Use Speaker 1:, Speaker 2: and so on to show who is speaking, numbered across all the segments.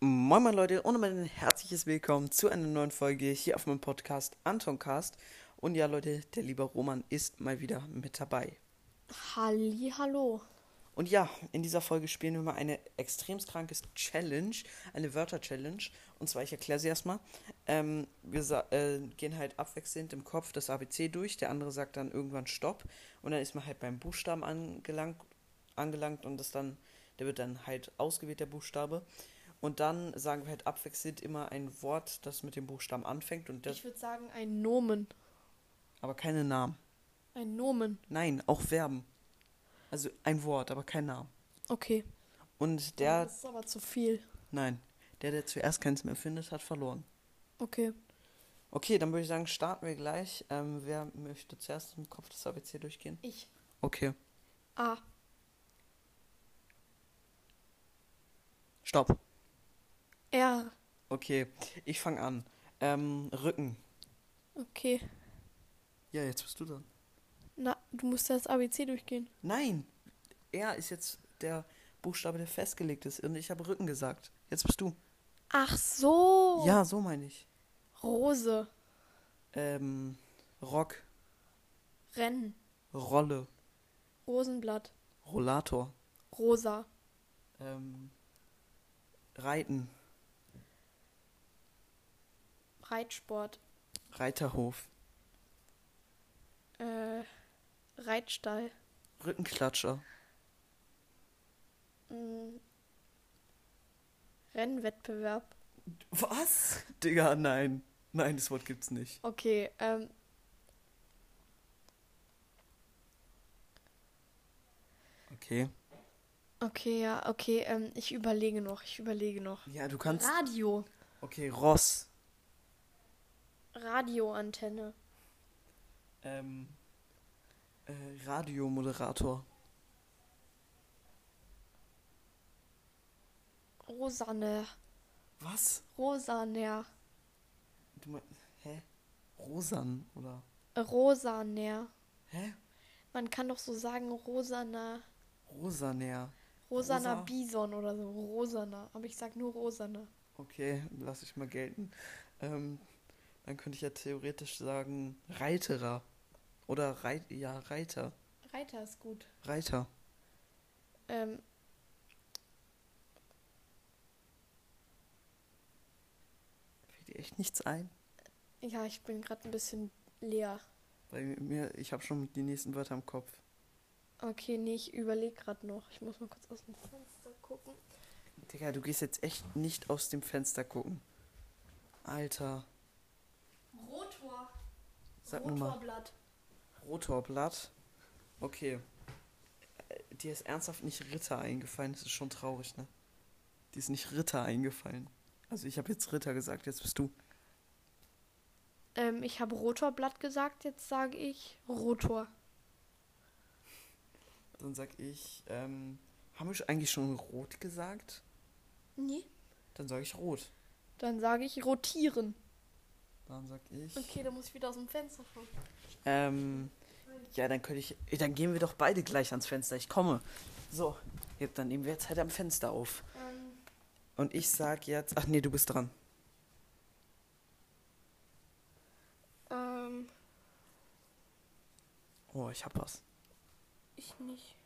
Speaker 1: Moin moin Leute und nochmal ein herzliches Willkommen zu einer neuen Folge hier auf meinem Podcast Antoncast. Und ja Leute, der liebe Roman ist mal wieder mit dabei.
Speaker 2: Halli, hallo.
Speaker 1: Und ja, in dieser Folge spielen wir mal eine extrem krankes Challenge, eine Wörter-Challenge. Und zwar, ich erkläre sie erstmal. Ähm, wir sa- äh, gehen halt abwechselnd im Kopf das ABC durch, der andere sagt dann irgendwann Stopp. Und dann ist man halt beim Buchstaben angelangt, angelangt und das dann, der wird dann halt ausgewählt, der Buchstabe. Und dann sagen wir halt abwechselnd immer ein Wort, das mit dem Buchstaben anfängt und das,
Speaker 2: Ich würde sagen, ein Nomen.
Speaker 1: aber keine Namen.
Speaker 2: Ein Nomen.
Speaker 1: Nein, auch Verben. Also ein Wort, aber kein Namen.
Speaker 2: Okay.
Speaker 1: Und der
Speaker 2: Das ist aber zu viel.
Speaker 1: Nein. Der, der zuerst keins mehr findet, hat verloren.
Speaker 2: Okay.
Speaker 1: Okay, dann würde ich sagen, starten wir gleich. Ähm, wer möchte zuerst im Kopf das ABC durchgehen?
Speaker 2: Ich.
Speaker 1: Okay.
Speaker 2: A.
Speaker 1: Stopp.
Speaker 2: R.
Speaker 1: Okay, ich fange an. Ähm, Rücken.
Speaker 2: Okay.
Speaker 1: Ja, jetzt bist du dran.
Speaker 2: Na, du musst das ABC durchgehen.
Speaker 1: Nein! Er ist jetzt der Buchstabe, der festgelegt ist. Und ich habe Rücken gesagt. Jetzt bist du.
Speaker 2: Ach so.
Speaker 1: Ja, so meine ich.
Speaker 2: Rose.
Speaker 1: Ähm, Rock,
Speaker 2: Rennen.
Speaker 1: Rolle,
Speaker 2: Rosenblatt.
Speaker 1: Rollator,
Speaker 2: Rosa.
Speaker 1: ähm, Reiten,
Speaker 2: Reitsport.
Speaker 1: Reiterhof,
Speaker 2: Äh, Reitstall.
Speaker 1: Rückenklatscher,
Speaker 2: Mm. Rennwettbewerb.
Speaker 1: Was? Digga, nein. Nein, das Wort gibt's nicht.
Speaker 2: Okay. Ähm.
Speaker 1: Okay.
Speaker 2: Okay, ja, okay. Ähm, ich überlege noch. Ich überlege noch.
Speaker 1: Ja, du kannst.
Speaker 2: Radio.
Speaker 1: Okay, Ross.
Speaker 2: Radioantenne.
Speaker 1: Ähm. Äh, Radiomoderator.
Speaker 2: Rosanne.
Speaker 1: Was?
Speaker 2: Rosaner.
Speaker 1: Du mein, Hä? Rosan, oder?
Speaker 2: Äh, Rosaner.
Speaker 1: Hä?
Speaker 2: Man kann doch so sagen, Rosaner.
Speaker 1: Rosaner.
Speaker 2: Rosaner
Speaker 1: Rosa.
Speaker 2: Bison oder so. Rosaner. Aber ich sag nur Rosaner.
Speaker 1: Okay, lass ich mal gelten. Ähm, dann könnte ich ja theoretisch sagen Reiterer. Oder Reit ja, Reiter.
Speaker 2: Reiter ist gut.
Speaker 1: Reiter.
Speaker 2: Ähm.
Speaker 1: Fällt dir echt nichts ein?
Speaker 2: Ja, ich bin gerade ein bisschen leer.
Speaker 1: Bei mir, ich habe schon die nächsten Wörter im Kopf.
Speaker 2: Okay, nee, ich überlege gerade noch. Ich muss mal kurz aus dem Fenster gucken.
Speaker 1: Digga, du gehst jetzt echt nicht aus dem Fenster gucken. Alter.
Speaker 2: Rotor.
Speaker 1: Sag mir mal. Rotorblatt. Okay. Äh, Dir ist ernsthaft nicht Ritter eingefallen. Das ist schon traurig, ne? Dir ist nicht Ritter eingefallen. Also ich habe jetzt Ritter gesagt, jetzt bist du.
Speaker 2: Ähm, ich habe Rotorblatt gesagt, jetzt sage ich Rotor.
Speaker 1: Dann sag ich, ähm, haben wir eigentlich schon rot gesagt?
Speaker 2: Nee.
Speaker 1: Dann sage ich rot.
Speaker 2: Dann sage ich rotieren.
Speaker 1: Dann sag ich.
Speaker 2: Okay, dann muss ich wieder aus dem Fenster schauen.
Speaker 1: Ähm, ja, dann könnte ich. Dann gehen wir doch beide gleich ans Fenster. Ich komme. So, jetzt, dann nehmen wir jetzt halt am Fenster auf.
Speaker 2: Ähm.
Speaker 1: Und ich sag jetzt. Ach nee, du bist dran.
Speaker 2: Ähm,
Speaker 1: Oh, ich hab was.
Speaker 2: ich nicht.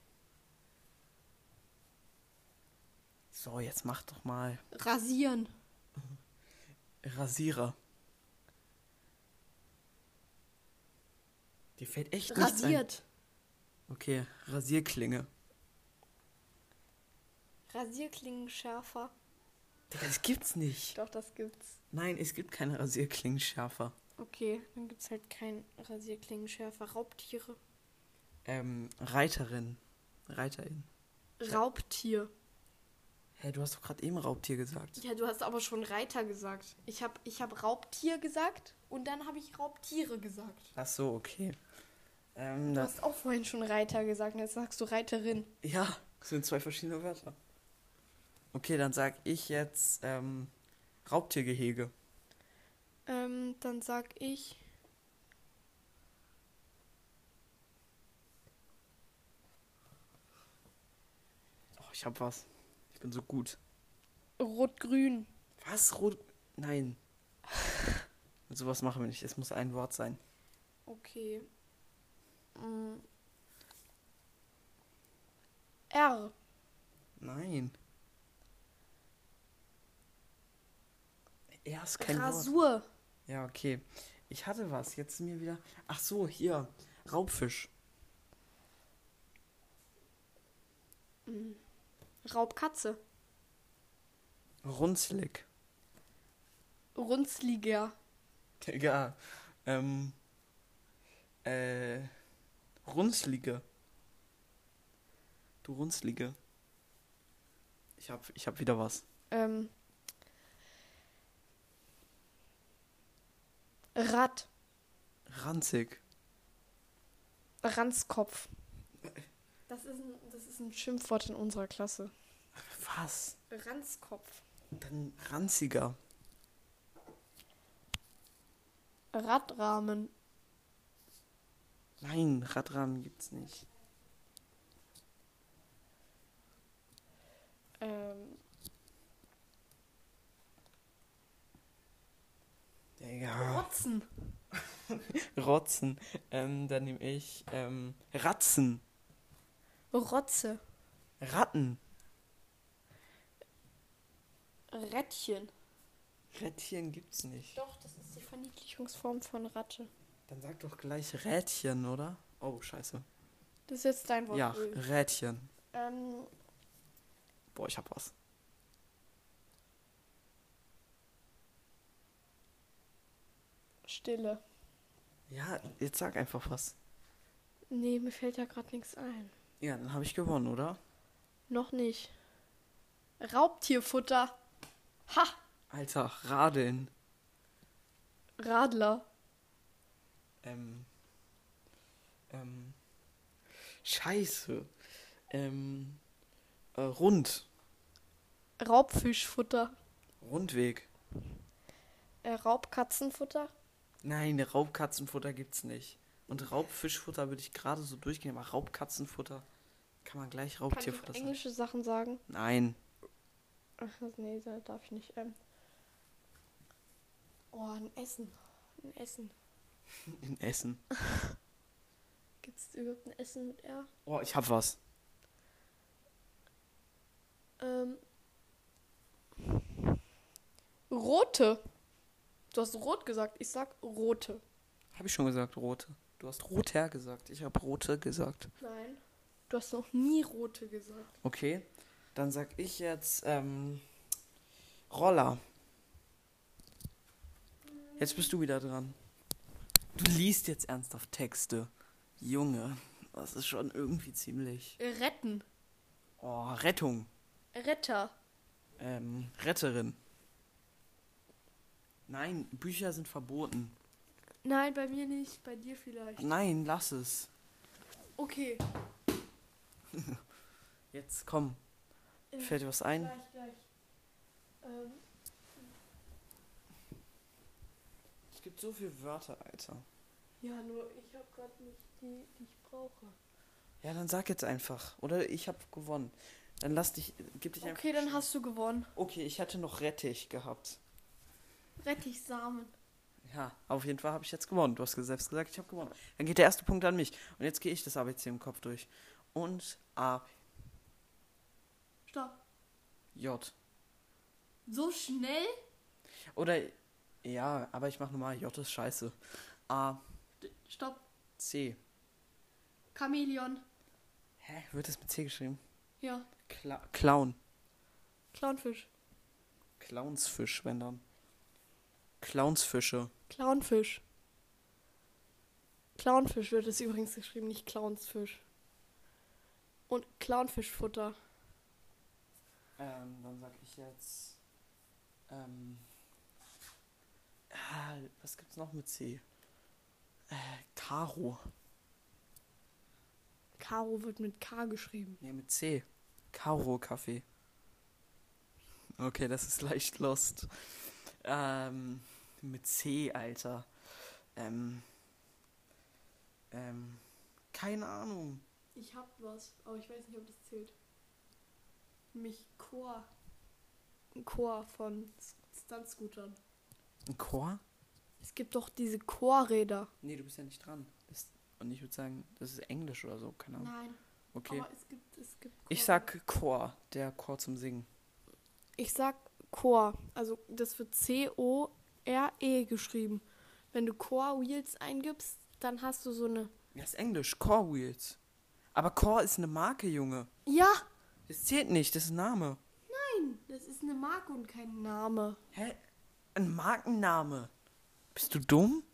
Speaker 1: So, jetzt mach doch mal. Mhm.
Speaker 2: Rasieren.
Speaker 1: Rasierer. Dir fällt echt nichts ein.
Speaker 2: Rasiert.
Speaker 1: Okay, Rasierklinge.
Speaker 2: Rasierklingenschärfer.
Speaker 1: Digga, das gibt's nicht.
Speaker 2: Doch, das gibt's.
Speaker 1: Nein, es gibt keine Rasierklingenschärfer.
Speaker 2: Okay, dann gibt's halt keinen Rasierklingenschärfer. Raubtiere.
Speaker 1: Ähm, Reiterin. Reiterin.
Speaker 2: Raubtier.
Speaker 1: Hä, du hast doch gerade eben Raubtier gesagt.
Speaker 2: Ja, du hast aber schon Reiter gesagt. Ich hab, ich hab Raubtier gesagt und dann habe ich Raubtiere gesagt.
Speaker 1: Ach so, okay. Ähm,
Speaker 2: Du
Speaker 1: das,
Speaker 2: hast auch vorhin schon Reiter gesagt und jetzt sagst du Reiterin.
Speaker 1: ja, das sind zwei verschiedene Wörter. Okay, dann sag ich jetzt ähm, Raubtiergehege.
Speaker 2: Ähm, dann sag ich.
Speaker 1: Oh, ich hab was. Ich bin so gut.
Speaker 2: Rot-Grün.
Speaker 1: Was? Rot. Nein. Sowas machen wir nicht. Es muss ein Wort sein.
Speaker 2: Okay. Mm. R.
Speaker 1: Nein. Er ist kein Wort.
Speaker 2: Rasur.
Speaker 1: Ja, okay. Ich hatte was. Jetzt ist mir wieder. Ach so, hier. Raubfisch.
Speaker 2: Mm. Raubkatze.
Speaker 1: Runzlig.
Speaker 2: Runzliger.
Speaker 1: Digga. Ähm. Äh. Runzlige. Du Runzlige. Ich hab, ich hab wieder was.
Speaker 2: Ähm. Rad.
Speaker 1: Ranzig.
Speaker 2: Ranzkopf. Das ist, ein, das ist ein Schimpfwort in unserer Klasse.
Speaker 1: Was?
Speaker 2: Ranzkopf.
Speaker 1: Dann ranziger.
Speaker 2: Radrahmen.
Speaker 1: Nein, Radrahmen gibt's nicht.
Speaker 2: Ähm,
Speaker 1: Digga.
Speaker 2: Rotzen.
Speaker 1: Rotzen. Ähm, dann nehme ich ähm, Ratzen.
Speaker 2: Rotze.
Speaker 1: Ratten.
Speaker 2: Rädchen.
Speaker 1: Rädchen gibt's nicht.
Speaker 2: Doch, das ist die Verniedlichungsform von Ratte.
Speaker 1: Dann sag doch gleich Rädchen, oder? Oh, scheiße.
Speaker 2: Das ist jetzt dein Wort.
Speaker 1: Ja,
Speaker 2: Will.
Speaker 1: Rädchen.
Speaker 2: Ähm,
Speaker 1: Boah, ich hab was.
Speaker 2: Stille.
Speaker 1: Ja, jetzt sag einfach was.
Speaker 2: Nee, mir fällt da gerade nichts ein.
Speaker 1: Ja, dann habe ich gewonnen, oder?
Speaker 2: Noch nicht. Raubtierfutter. Ha!
Speaker 1: Alter, Radeln.
Speaker 2: Radler.
Speaker 1: Ähm. Ähm. Scheiße. Ähm. Äh, rund.
Speaker 2: Raubfischfutter.
Speaker 1: Rundweg.
Speaker 2: Äh, Raubkatzenfutter.
Speaker 1: Nein, Raubkatzenfutter gibt's nicht. Und Raubfischfutter würde ich gerade so durchgehen, aber Raubkatzenfutter kann man gleich
Speaker 2: Kann ich
Speaker 1: Raubtierfutter
Speaker 2: auch
Speaker 1: sagen.
Speaker 2: englische Sachen sagen?
Speaker 1: Nein.
Speaker 2: Ach, nee, da darf ich nicht. Ähm. Oh, ein Essen. Ein Essen.
Speaker 1: In Essen.
Speaker 2: Gibt's überhaupt ein Essen mit R?
Speaker 1: Oh, ich hab was.
Speaker 2: Ähm. Rote. Du hast rot gesagt. Ich sag rote.
Speaker 1: Hab ich schon gesagt, rote. Du hast roter gesagt. Ich hab rote gesagt.
Speaker 2: Nein. Du hast noch nie rote gesagt.
Speaker 1: Okay. Dann sag ich jetzt, ähm. Roller. Jetzt bist du wieder dran. Du liest jetzt ernsthaft Texte. Junge, das ist schon irgendwie ziemlich.
Speaker 2: Äh, Retten.
Speaker 1: Oh, Rettung.
Speaker 2: Retter.
Speaker 1: Ähm, Retterin. Nein, Bücher sind verboten.
Speaker 2: Nein, bei mir nicht. Bei dir vielleicht.
Speaker 1: Nein, lass es.
Speaker 2: Okay.
Speaker 1: Jetzt komm.
Speaker 2: Ähm,
Speaker 1: Fällt dir was ein?
Speaker 2: Gleich, gleich. Ähm,
Speaker 1: Es gibt so viele Wörter, Alter.
Speaker 2: ja, nur ich habe gerade nicht die, die ich brauche.
Speaker 1: Ja, dann sag jetzt einfach. Oder ich hab gewonnen. Dann lass dich, gib dich einfach.
Speaker 2: Okay, dann hast du gewonnen.
Speaker 1: Okay, ich hätte noch Rettich gehabt.
Speaker 2: Rettichsamen.
Speaker 1: Ja, auf jeden Fall habe ich jetzt gewonnen. Du hast selbst gesagt, ich habe gewonnen. Dann geht der erste Punkt an mich. Und jetzt gehe ich das ABC im Kopf durch. Und A,
Speaker 2: Stopp.
Speaker 1: J.
Speaker 2: So schnell?
Speaker 1: Oder, ja, aber ich mache nochmal, J ist scheiße. A,
Speaker 2: D- Stopp.
Speaker 1: C.
Speaker 2: Chamäleon.
Speaker 1: Hä? Wird das mit C geschrieben?
Speaker 2: Ja.
Speaker 1: Cla Clown.
Speaker 2: Clownfisch.
Speaker 1: Clownsfisch, wenn dann. Clownsfische.
Speaker 2: Clownfisch. Clownfisch wird es übrigens geschrieben, nicht Clownsfisch. Und Clownfischfutter.
Speaker 1: Ähm, dann sag ich jetzt. Ähm. Ah, was gibt's noch mit C? Äh, Karo.
Speaker 2: Karo wird mit K geschrieben.
Speaker 1: Ne, mit C. Karo-Kaffee. Okay, das ist leicht lost. Ähm, mit C, Alter. Ähm. Ähm. Keine Ahnung.
Speaker 2: Ich hab was, aber ich weiß nicht, ob das zählt. Mich Chor. Chor von S- S- Stunt-Scootern.
Speaker 1: Ein Chor?
Speaker 2: Es gibt doch diese Chorräder.
Speaker 1: Nee, du bist ja nicht dran. Ist, und ich würde sagen, das ist Englisch oder so, keine Ahnung.
Speaker 2: Nein,
Speaker 1: Okay.
Speaker 2: aber es gibt, es gibt
Speaker 1: Ich
Speaker 2: Chor-
Speaker 1: sag Chor, der Chor zum Singen.
Speaker 2: Ich sag Chor. Also das wird C-O-R-E E geschrieben. Wenn du Chor Wheels eingibst, dann hast du so eine.
Speaker 1: Ja, ist Englisch, Chor Wheels. Aber Chor ist eine Marke, Junge.
Speaker 2: Ja!
Speaker 1: Das zählt nicht, das ist ein Name.
Speaker 2: Nein, das ist eine Marke und kein Name.
Speaker 1: Hä? Ein Markenname. Bist du dumm?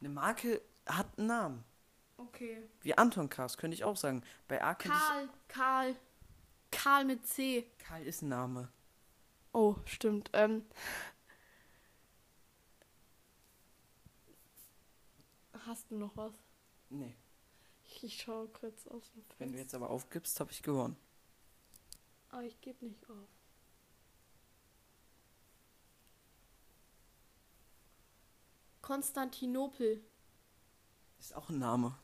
Speaker 1: Eine Marke hat einen Namen.
Speaker 2: Okay.
Speaker 1: Wie Anton Kars, könnte ich auch sagen. Bei A könnte ich.
Speaker 2: Karl, Karl. Karl mit C.
Speaker 1: Karl ist ein Name.
Speaker 2: Oh, stimmt. Ähm. Hast du noch was?
Speaker 1: Nee.
Speaker 2: Ich, ich schaue kurz aus dem
Speaker 1: Wenn du
Speaker 2: Fenster.
Speaker 1: jetzt aber aufgibst, habe ich gewonnen.
Speaker 2: Aber Ah, ich gebe nicht auf. Konstantinopel.
Speaker 1: Ist auch ein Name.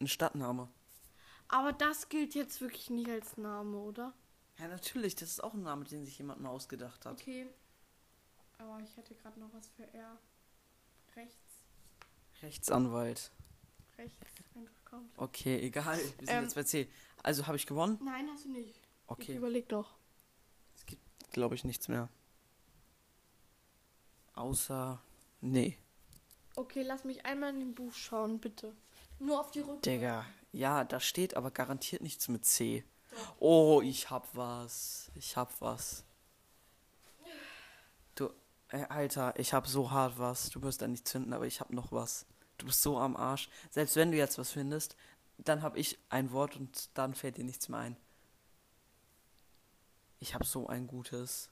Speaker 1: Ein Stadtname.
Speaker 2: Aber das gilt jetzt wirklich nicht als Name, oder?
Speaker 1: Ja, natürlich, das ist auch ein Name, den sich jemand mal ausgedacht hat.
Speaker 2: Okay. Aber ich hätte gerade noch was für R. Rechts,
Speaker 1: Rechtsanwalt.
Speaker 2: rechts, einfach kommt.
Speaker 1: Okay, egal. Wir sind
Speaker 2: Ähm.
Speaker 1: jetzt bei C. Also habe ich gewonnen?
Speaker 2: Nein, hast du nicht. Ich
Speaker 1: Okay.
Speaker 2: überleg doch.
Speaker 1: Es gibt, glaube ich, nichts mehr. Außer. Nee.
Speaker 2: Okay, lass mich einmal in dem Buch schauen, bitte. Nur auf die Rückseite.
Speaker 1: Digga. Ja, da steht aber garantiert nichts mit C. Oh, ich hab was. Ich hab was. Du. Äh, Alter, ich hab so hart was. Du wirst da nichts finden, aber ich hab noch was. Du bist so am Arsch. Selbst wenn du jetzt was findest, dann hab ich ein Wort und dann fällt dir nichts mehr ein. Ich hab so ein gutes.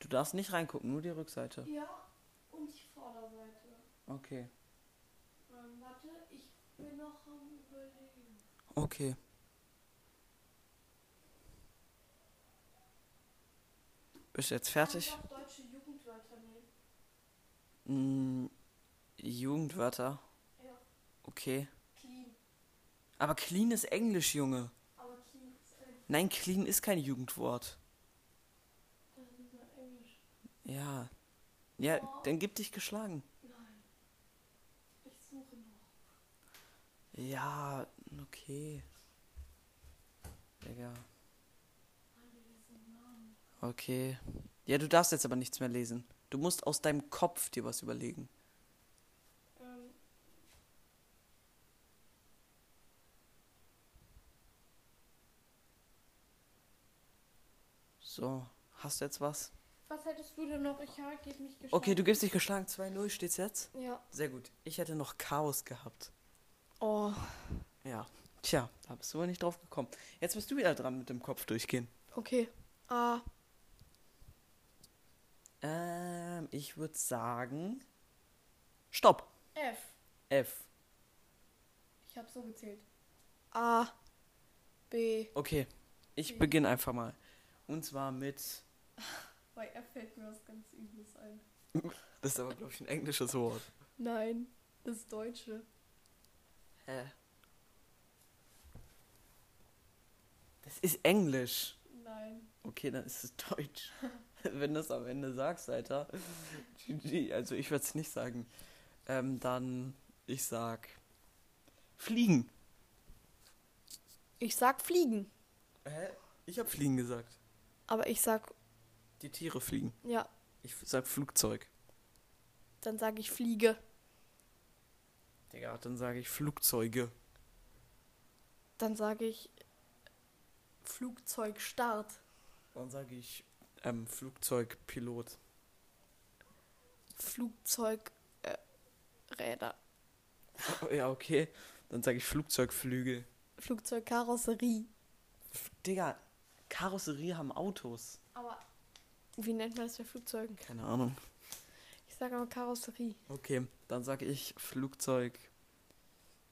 Speaker 1: Du darfst nicht reingucken, nur die Rückseite.
Speaker 2: Ja, und die Vorderseite.
Speaker 1: Okay.
Speaker 2: Ähm, warte, ich bin noch am Überlegen.
Speaker 1: Okay. Bist du jetzt fertig?
Speaker 2: Einfach deutsche Jugendwörter nehmen.
Speaker 1: Mm, Jugendwörter.
Speaker 2: Ja,
Speaker 1: Okay.
Speaker 2: clean.
Speaker 1: Aber clean ist Englisch, Junge.
Speaker 2: Aber clean ist äh, ein,
Speaker 1: Nein, clean ist kein Jugendwort.
Speaker 2: das ist ein Englisch.
Speaker 1: Ja. Ja,
Speaker 2: Oh.
Speaker 1: dann gib dich geschlagen.
Speaker 2: Nein. Ich suche noch.
Speaker 1: Ja, okay. Digga. Okay. Ja, du darfst jetzt aber nichts mehr lesen. Du musst aus deinem Kopf dir was überlegen.
Speaker 2: Ähm.
Speaker 1: So, hast du jetzt was?
Speaker 2: Was hättest du denn noch? Ich gebe mich geschlagen.
Speaker 1: Okay, du gibst dich geschlagen. 2-0 steht's jetzt.
Speaker 2: Ja.
Speaker 1: Sehr gut. Ich hätte noch Chaos gehabt.
Speaker 2: Oh.
Speaker 1: Ja. Tja, da bist du wohl nicht drauf gekommen. Jetzt bist du wieder dran mit dem Kopf durchgehen.
Speaker 2: Okay. Ah.
Speaker 1: Ähm, ich würde sagen. Stopp.
Speaker 2: F.
Speaker 1: F.
Speaker 2: Ich habe so gezählt. A. B.
Speaker 1: Okay.
Speaker 2: Okay.
Speaker 1: Ich beginne einfach mal. Und zwar mit.
Speaker 2: Bei F fällt mir was ganz Übles ein.
Speaker 1: Das ist aber, glaube ich, ein englisches Wort.
Speaker 2: Nein, das Deutsche.
Speaker 1: Hä? Das ist Englisch.
Speaker 2: Nein.
Speaker 1: Okay, dann ist es Deutsch. Wenn du es am Ende sagst, Alter. GG. Also ich würde es nicht sagen. Ähm, dann, ich sag. Fliegen.
Speaker 2: Ich sag fliegen,
Speaker 1: Hä? Ich habe Fliegen gesagt.
Speaker 2: aber ich sag,
Speaker 1: Die Tiere fliegen.
Speaker 2: ja,
Speaker 1: Ich sag Flugzeug.
Speaker 2: dann sag ich fliege.
Speaker 1: Digga, dann sage ich Flugzeuge.
Speaker 2: Dann sage ich Flugzeugstart.
Speaker 1: Dann sage ich ähm, Flugzeugpilot.
Speaker 2: Flugzeugräder. Äh, Räder.
Speaker 1: ja, okay. Dann sage ich Flugzeugflügel.
Speaker 2: Flugzeugkarosserie.
Speaker 1: F Digga, Karosserie haben Autos.
Speaker 2: Aber wie nennt man das bei Flugzeugen?
Speaker 1: Keine Ahnung.
Speaker 2: Ich sage aber Karosserie.
Speaker 1: Okay, dann sage ich Flugzeug.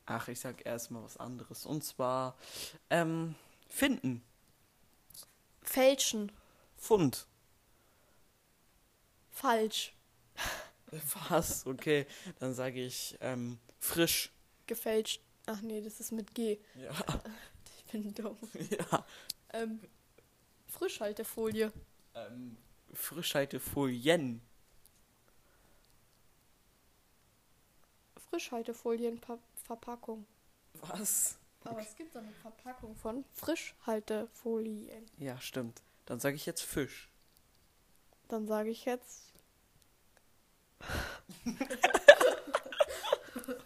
Speaker 1: Ach, ich sag erstmal was anderes. Und zwar ähm, finden.
Speaker 2: Fälschen.
Speaker 1: Pfund.
Speaker 2: Falsch.
Speaker 1: Was? Okay, dann sage ich ähm, frisch.
Speaker 2: Gefälscht. Ach nee, das ist mit G.
Speaker 1: Ja.
Speaker 2: Ich bin dumm.
Speaker 1: ja.
Speaker 2: Ähm, Frischhaltefolie.
Speaker 1: ähm, Frischhaltefolien.
Speaker 2: Frischhaltefolienverpackung.
Speaker 1: Was?
Speaker 2: Aber es gibt so eine Verpackung von Frischhaltefolien.
Speaker 1: Ja, stimmt. Dann sage ich jetzt Fisch.
Speaker 2: Dann sage ich jetzt.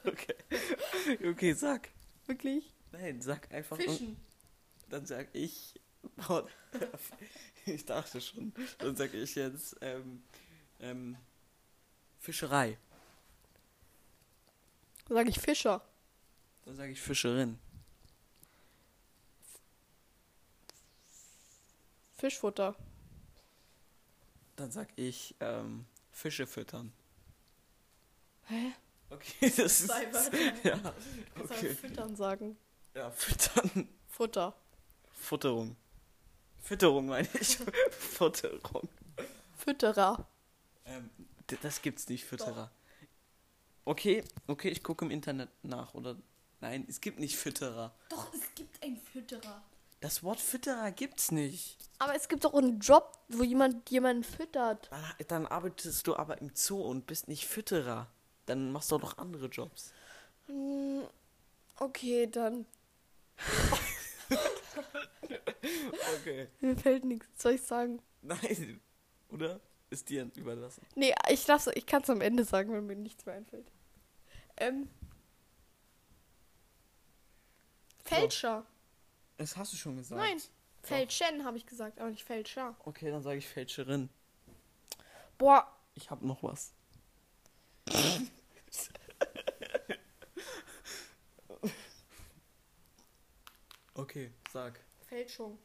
Speaker 1: Okay. Okay, sag.
Speaker 2: Wirklich?
Speaker 1: Nein, sag einfach.
Speaker 2: Fischen.
Speaker 1: Dann sag ich. ich dachte schon. Dann sag ich jetzt ähm, ähm, Fischerei.
Speaker 2: Sage ich Fischer.
Speaker 1: Dann sage ich Fischerin.
Speaker 2: Fischfutter.
Speaker 1: Dann sag ich ähm, Fische füttern.
Speaker 2: Hä?
Speaker 1: Okay, das ist.
Speaker 2: Zwei Wörter.
Speaker 1: Ja,
Speaker 2: Soll
Speaker 1: okay.
Speaker 2: Füttern sagen.
Speaker 1: Ja, füttern.
Speaker 2: Futter.
Speaker 1: Futterung. Fütterung meine ich. Futterung.
Speaker 2: Fütterer.
Speaker 1: Ähm, d- das gibt's nicht, Fütterer. Okay, okay, ich gucke im Internet nach, oder? Nein, es gibt nicht Fütterer.
Speaker 3: Doch, es gibt einen Fütterer.
Speaker 1: Das Wort Fütterer gibt's nicht.
Speaker 2: Aber es gibt doch einen Job, wo jemand jemanden füttert.
Speaker 1: Dann, dann arbeitest du aber im Zoo und bist nicht Fütterer. Dann machst du auch noch andere Jobs.
Speaker 2: Hm, Okay, dann.
Speaker 1: Okay.
Speaker 2: Mir fällt nichts. Soll ich sagen?
Speaker 1: Nein, oder? Ist dir überlassen.
Speaker 2: Nee, ich darf ich kann es am Ende sagen, wenn mir nichts mehr einfällt. Ähm. Fälscher.
Speaker 1: Das hast du schon gesagt.
Speaker 2: Nein. Fälschen habe ich gesagt, aber nicht Fälscher.
Speaker 1: Okay, dann sage ich Fälscherin.
Speaker 2: Boah,
Speaker 1: Ich hab noch was. okay, sag.
Speaker 2: Fälschung.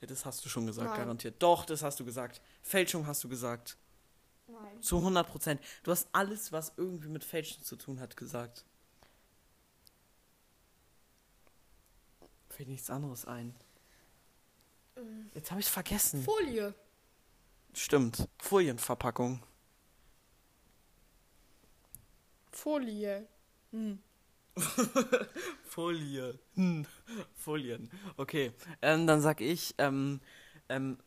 Speaker 1: Ja, das hast du schon gesagt,
Speaker 2: Nein.
Speaker 1: garantiert. Doch, das hast du gesagt. Fälschung hast du gesagt.
Speaker 2: Nein.
Speaker 1: Zu 100 Prozent. Du hast alles, was irgendwie mit Fälschen zu tun hat, gesagt. Fällt nichts anderes ein.
Speaker 2: Ähm.
Speaker 1: Jetzt habe ich es vergessen.
Speaker 2: Folie.
Speaker 1: Stimmt. Folienverpackung.
Speaker 2: Folie. Hm.
Speaker 1: Folie. Hm. Folien. Okay. Ähm, dann sag ich, ähm, ähm,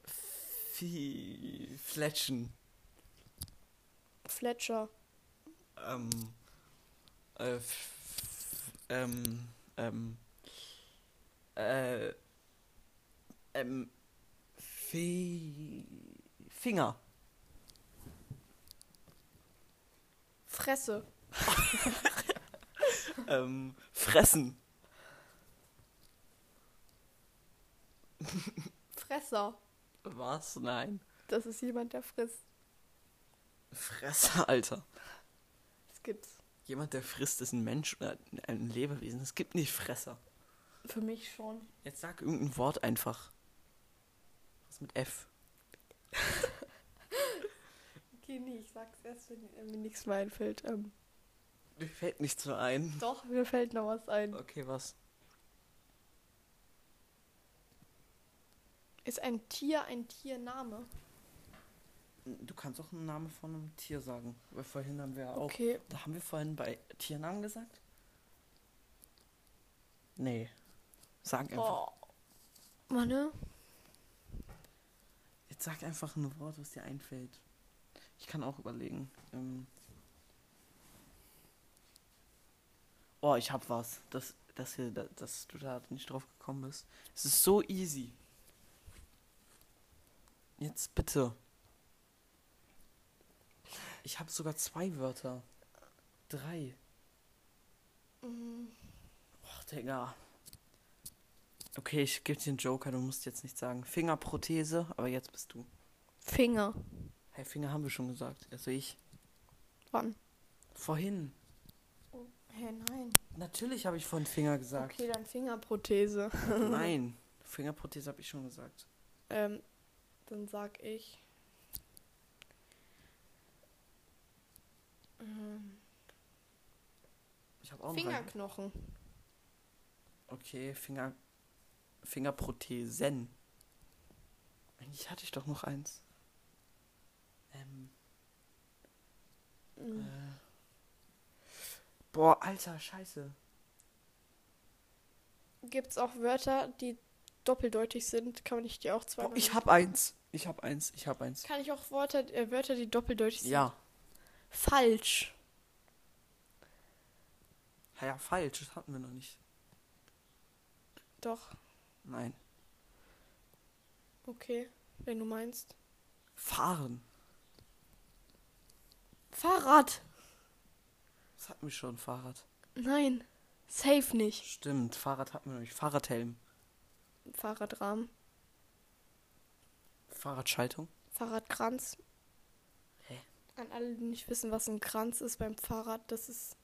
Speaker 1: Fi- Fletschen.
Speaker 2: Fletcher.
Speaker 1: Ähm, äh, f- ähm, ähm, äh, ähm, Fi Finger.
Speaker 2: Fresse.
Speaker 1: Ähm, fressen.
Speaker 2: Fresser.
Speaker 1: Was? Nein.
Speaker 2: Das ist jemand, der frisst.
Speaker 1: Fresse, Alter.
Speaker 2: Das gibt's.
Speaker 1: Jemand, der frisst, ist ein Mensch oder ein Lebewesen. Es gibt nicht Fresser.
Speaker 2: Für mich schon.
Speaker 1: Jetzt sag irgendein Wort einfach. Was mit F?
Speaker 2: Okay, nee, ich sag's erst, wenn äh, mir nichts mehr einfällt. Ähm,
Speaker 1: Mir fällt nichts mehr ein.
Speaker 2: doch, mir fällt noch was ein.
Speaker 1: Okay, was?
Speaker 2: Ist ein Tier ein Tiername?
Speaker 1: Du kannst auch einen Namen von einem Tier sagen. Weil vorhin haben wir auch.
Speaker 2: Okay.
Speaker 1: Da haben wir vorhin bei Tiernamen gesagt? Nee. Sag einfach.
Speaker 2: Oh. Manne?
Speaker 1: Jetzt sag einfach ein Wort, was dir einfällt. Ich kann auch überlegen. Ähm. Oh, ich hab was. Das, das hier, da- dass du da nicht drauf gekommen bist. Es ist so easy. Jetzt bitte. Ich habe sogar zwei Wörter. Drei.
Speaker 2: Mm,
Speaker 1: Och, Digga. Okay, ich gebe dir einen Joker, du musst jetzt nicht sagen. Fingerprothese, aber jetzt bist du.
Speaker 2: Finger.
Speaker 1: Hey, Finger haben wir schon gesagt. Also ich.
Speaker 2: Wann?
Speaker 1: Vorhin.
Speaker 2: Hä, nein.
Speaker 1: Natürlich habe ich vorhin Finger gesagt.
Speaker 2: Okay, dann Fingerprothese.
Speaker 1: Nein, Fingerprothese habe ich schon gesagt.
Speaker 2: Ähm, dann sag ich. Ähm,
Speaker 1: Ich habe auch noch einen.
Speaker 2: Fingerknochen.
Speaker 1: Okay, Finger. Fingerprothesen. Eigentlich hatte ich doch noch eins. Ähm.
Speaker 2: Mhm.
Speaker 1: Äh. Boah, alter, scheiße.
Speaker 2: Gibt's auch Wörter, die doppeldeutig sind? Kann man nicht die auch zweimal?
Speaker 1: Boah, ich hab eins. Ich habe eins, ich habe eins.
Speaker 2: Kann ich auch Wörter, äh, Wörter die doppeldeutig sind?
Speaker 1: Ja.
Speaker 2: Falsch.
Speaker 1: Ja, ja, falsch, das hatten wir noch nicht.
Speaker 2: Doch.
Speaker 1: Nein.
Speaker 2: Okay. Wenn du meinst.
Speaker 1: Fahren.
Speaker 2: Fahrrad.
Speaker 1: Das hatten wir schon, Fahrrad.
Speaker 2: Nein. Safe nicht.
Speaker 1: Stimmt, Fahrrad hatten wir noch nicht. Fahrradhelm.
Speaker 2: Fahrradrahmen.
Speaker 1: Fahrradschaltung.
Speaker 2: Fahrradkranz.
Speaker 1: Hä?
Speaker 2: An alle, die nicht wissen, was ein Kranz ist beim Fahrrad, das ist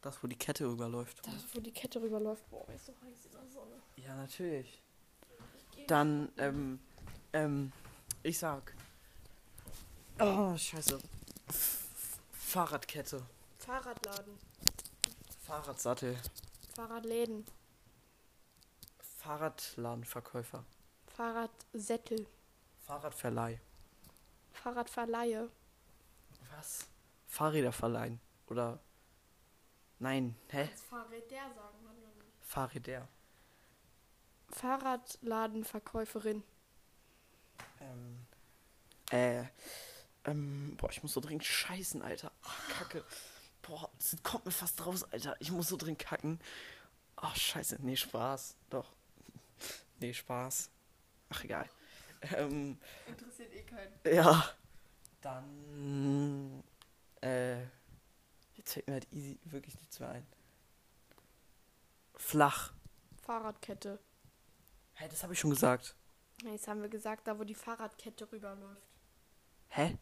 Speaker 1: Das, wo die Kette überläuft.
Speaker 2: das, wo die Kette rüberläuft. Boah, ist so heiß in der Sonne.
Speaker 1: Ja, natürlich. Dann, ähm, ähm, ich sag. Oh, scheiße. F- Fahrradkette.
Speaker 2: Fahrradladen.
Speaker 1: Fahrradsattel.
Speaker 2: Fahrradläden.
Speaker 1: Fahrradladenverkäufer.
Speaker 2: Fahrradsättel.
Speaker 1: Fahrradverleih.
Speaker 2: Fahrradverleihe.
Speaker 1: Was? Fahrräder verleihen. Oder. Nein, hä?
Speaker 3: Als Fahrräder sagen haben wir nicht.
Speaker 1: Fahrräder.
Speaker 2: Fahrradladenverkäuferin.
Speaker 1: Ähm. Äh. Ähm, boah, ich muss so dringend scheißen, Alter. Ah, Kacke. Boah, das kommt mir fast raus, Alter. Ich muss so dringend kacken. Ach, scheiße. Nee, Spaß. Doch. Nee, Spaß. Ach, egal. Ähm,
Speaker 3: Interessiert eh keinen.
Speaker 1: ja. Dann. Äh. Jetzt fällt mir halt easy wirklich nichts mehr ein. Flach.
Speaker 2: Fahrradkette.
Speaker 1: Hä, das habe ich schon gesagt.
Speaker 2: Jetzt haben wir gesagt, da wo die Fahrradkette rüberläuft.
Speaker 1: Hä?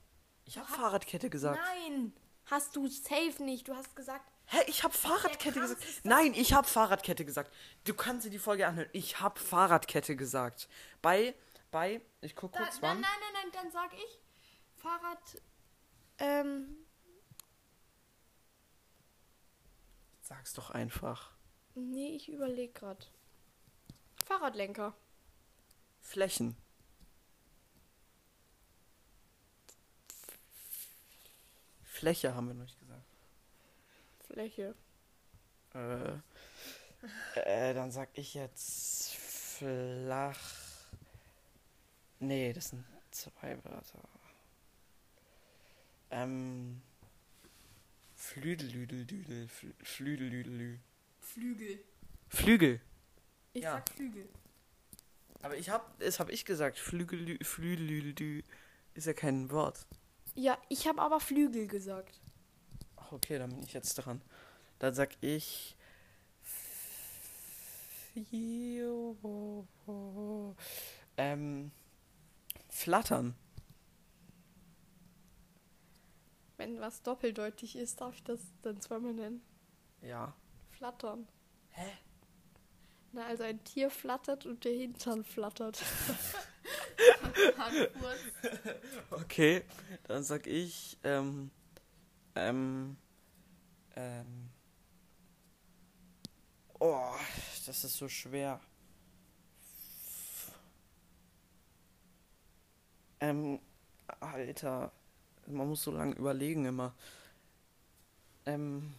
Speaker 1: Ich habe Fahrradkette gesagt.
Speaker 2: Nein! Hast du safe nicht. Du hast gesagt,
Speaker 1: Hä, ich habe Fahrradkette
Speaker 3: Der Kranz
Speaker 1: gesagt.
Speaker 3: ist das-
Speaker 1: Nein, ich habe Fahrradkette gesagt. Du kannst dir die Folge anhören. Ich habe Fahrradkette gesagt. Bei, bei, ich guck
Speaker 3: Da,
Speaker 1: kurz
Speaker 3: nein, nein,
Speaker 1: wann.
Speaker 3: nein, nein, dann sag ich Fahrrad.
Speaker 2: ähm,
Speaker 1: Sag's doch einfach.
Speaker 2: nee, ich überlege gerade. Fahrradlenker.
Speaker 1: Flächen. Fläche haben wir noch nicht gesagt.
Speaker 2: Fläche.
Speaker 1: Äh, äh, dann sag ich jetzt flach. Nee, das sind zwei Wörter. Ähm. Flüdelüdeldüdel. Fl- Flüdelüdelü.
Speaker 3: Flügel.
Speaker 1: Flügel.
Speaker 2: Ich
Speaker 1: Ja.
Speaker 2: sag
Speaker 3: Flügel.
Speaker 1: Aber ich hab, das hab ich gesagt. Flügelü, Flüdelüdeldü ist ja kein Wort.
Speaker 2: Ja, ich habe aber Flügel gesagt.
Speaker 1: Ach, okay, dann bin ich jetzt dran. Dann sag ich. Ähm, flattern.
Speaker 2: Wenn was doppeldeutig ist, darf ich das dann zweimal nennen.
Speaker 1: Ja.
Speaker 2: Flattern.
Speaker 1: Hä?
Speaker 2: Na, also ein Tier flattert und der Hintern flattert.
Speaker 3: Frankfurt.
Speaker 1: Okay, dann sag ich. Ähm, ähm, ähm. Oh, das ist so schwer. Ähm, Alter, man muss so lange überlegen immer. Ähm.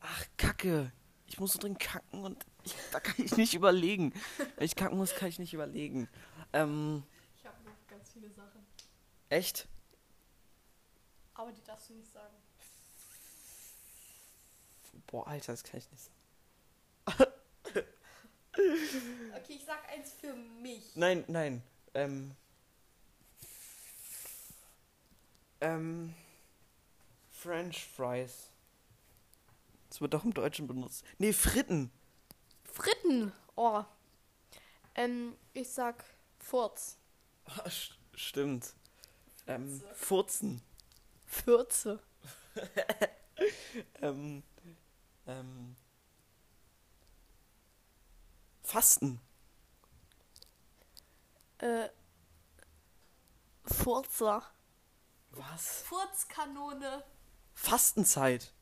Speaker 1: Ach, Kacke. Ich muss so drin kacken und ich, da kann ich nicht überlegen. Wenn ich kacken muss, kann ich nicht überlegen. Ähm,
Speaker 3: Ich habe noch ganz viele Sachen.
Speaker 1: echt?
Speaker 3: Aber die darfst du nicht sagen.
Speaker 1: Boah, Alter, das kann ich nicht sagen.
Speaker 3: Okay, ich sag eins für mich.
Speaker 1: Nein, nein. Ähm. Ähm. French Fries. Das wird doch im Deutschen benutzt. Nee, Fritten.
Speaker 2: Fritten! Oh. Ähm, ich sag Furz.
Speaker 1: Ah, st- stimmt. Ähm, Furzen.
Speaker 2: Fürze.
Speaker 1: Ähm. Ähm. Fasten.
Speaker 2: Äh. Furzer.
Speaker 1: Was?
Speaker 3: Furzkanone.
Speaker 1: Fastenzeit.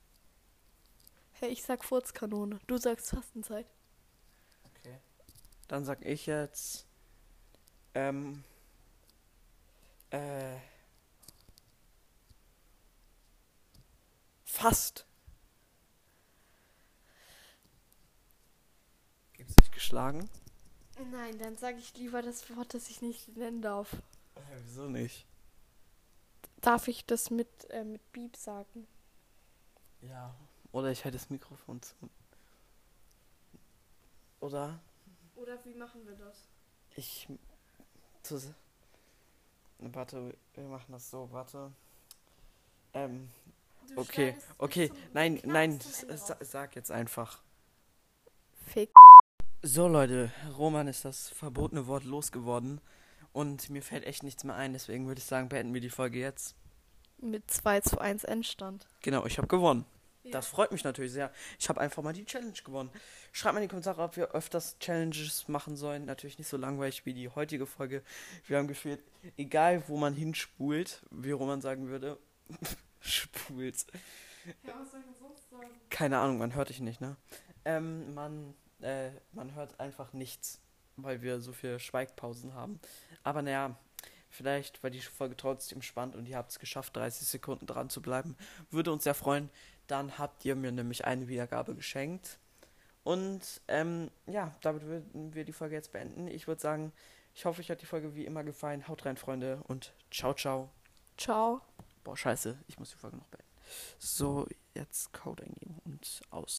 Speaker 2: Hey, ich sag Furzkanone. Du sagst Fastenzeit.
Speaker 1: Okay. Dann sag ich jetzt. Ähm. Äh. Fast. Gibt's dich geschlagen?
Speaker 2: Nein, dann sage ich lieber das Wort, das ich nicht nennen darf.
Speaker 1: Äh, wieso nicht?
Speaker 2: Darf ich das mit, äh, mit Beep sagen?
Speaker 1: Ja. Oder ich halte das Mikrofon zu. Oder
Speaker 3: Oder wie machen wir das?
Speaker 1: ich. Zu, warte, wir machen das so, warte. Ähm,
Speaker 3: Du
Speaker 1: okay,
Speaker 3: schneidest bis
Speaker 1: okay,
Speaker 3: zum-
Speaker 1: nein,
Speaker 3: knapp
Speaker 1: nein,
Speaker 3: zum Ende
Speaker 1: s- sa-
Speaker 3: raus.
Speaker 1: sag jetzt einfach.
Speaker 2: Fick.
Speaker 1: So Leute, Roman ist das verbotene Wort losgeworden und mir fällt echt nichts mehr ein, deswegen würde ich sagen, beenden wir die Folge jetzt.
Speaker 2: Mit 2 zu 1 Endstand.
Speaker 1: Genau, ich habe gewonnen.
Speaker 3: Ja.
Speaker 1: Das freut mich natürlich sehr. Ich habe einfach mal die Challenge gewonnen. Schreibt mal in die Kommentare, ob wir öfters Challenges machen sollen. Natürlich nicht so langweilig wie die heutige Folge. Wir haben gefühlt, egal wo man hinspult, wie Roman sagen würde, spult.
Speaker 3: Ja, was soll ich denn sonst sagen?
Speaker 1: Keine Ahnung, man hört dich nicht, ne? Ähm, man, äh, man hört einfach nichts, weil wir so viele Schweigpausen haben. Aber naja, vielleicht war die Folge trotzdem spannend und ihr habt es geschafft, 30 Sekunden dran zu bleiben. Würde uns sehr freuen. Dann habt ihr mir nämlich eine Wiedergabe geschenkt. Und ähm, ja, damit würden wir die Folge jetzt beenden. Ich würde sagen, ich hoffe, euch hat die Folge wie immer gefallen. Haut rein, Freunde, und ciao, ciao.
Speaker 2: Ciao.
Speaker 1: Boah, scheiße, ich muss die Folge noch beenden. So, jetzt Code eingeben und aus.